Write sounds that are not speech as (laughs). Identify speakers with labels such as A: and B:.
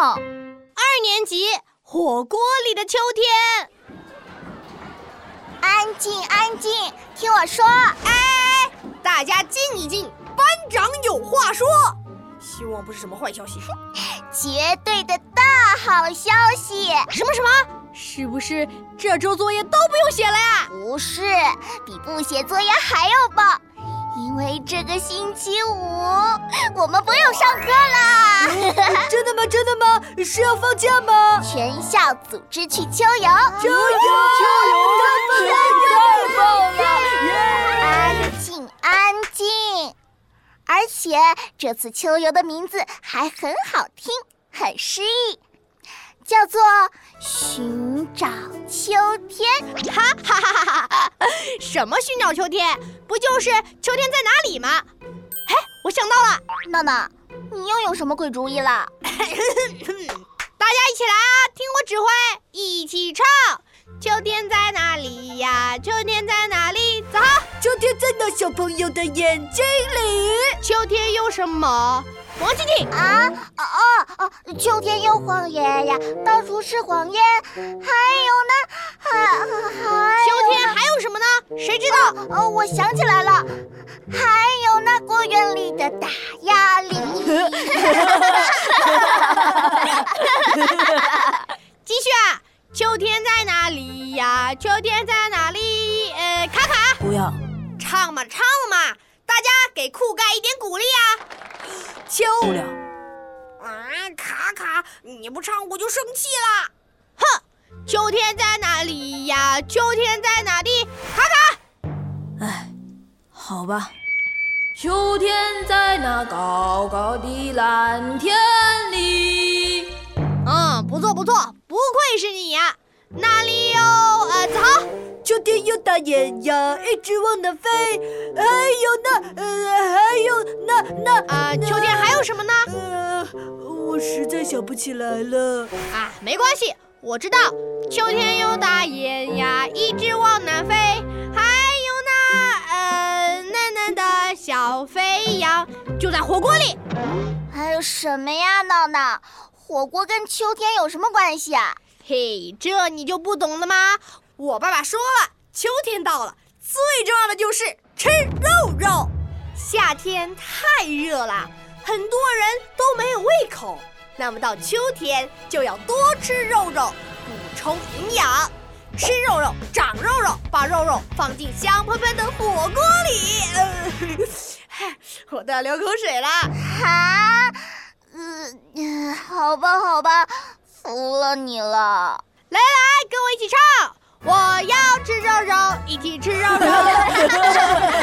A: 哦年级《火锅里的秋天》。
B: 安静，安静，听我说。
C: 哎，大家静一静，班长有话说。希望不是什么坏消息。
B: 绝对的大好消息！
A: 什么什么？是不是这周作业都不用写了呀？
B: 不是，比不写作业还要棒，因为这个星期五我们不用上课啦。
C: (laughs) 真的吗？真的吗？是要放假吗？
B: 全校组织去秋游。
C: 秋游，秋游，
D: 太棒了！
B: 安静，安静。而且这次秋游的名字还很好听，很诗意，叫做“寻找秋天”。
A: 哈哈哈哈哈！什么寻找秋天？不就是秋天在哪里吗？哎，我想到了，
B: 闹闹，你又有什么鬼主意了？
A: (laughs) 大家一起来啊，听我指挥，一起唱：秋天在哪里呀？秋天在哪里？走。
C: 秋天在那小朋友的眼睛里。
A: 秋天有什么？王静静，
B: 啊哦哦，秋天有黄叶呀，到处是黄叶。还有呢， (laughs) 还还
A: 秋天还有什么呢？谁知道？
B: 哦，我想起来了，还有那果园里的大鸭梨。
A: 继续啊！秋天在哪里呀？秋天在哪里？呃，卡卡，
D: 不要，
A: 唱嘛唱嘛，大家给酷盖一点鼓励啊！
C: 秋
D: 不了，
A: 哎
C: 啊，卡卡，你不唱我就生气了。
A: 秋天在哪里呀？秋天在哪里？卡卡，
D: 哎，好吧。秋天在那高高的蓝天里，
A: 嗯，不错不错，不愧是你呀、哪里有？呃，子豪，
C: 秋天有大雁呀，一直往南飞。还有哦那呃，还有那那
A: 呃，秋天还有什么呢？
C: 呃，我实在想不起来了。
A: 啊，没关系，我知道，秋天有大雁呀，一直往南飞，还有那呃嫩嫩的小肥羊，就在火锅里。
B: 还有什么呀，闹闹？火锅跟秋天有什么关系啊？
A: 嘿，这你就不懂了吗？我爸爸说了，秋天到了，最重要的就是吃肉肉。夏天太热了，很多人都没有胃口，那么到秋天就要多吃肉肉，补充营养。吃肉肉，长肉肉，把肉肉放进香喷喷的火锅里。 (laughs) 呃、我都要流口水了。
B: 哈，呃，啊呃好吧，好吧，服了你了。
A: 来来，跟我一起唱！我要吃肉肉，一起吃肉肉。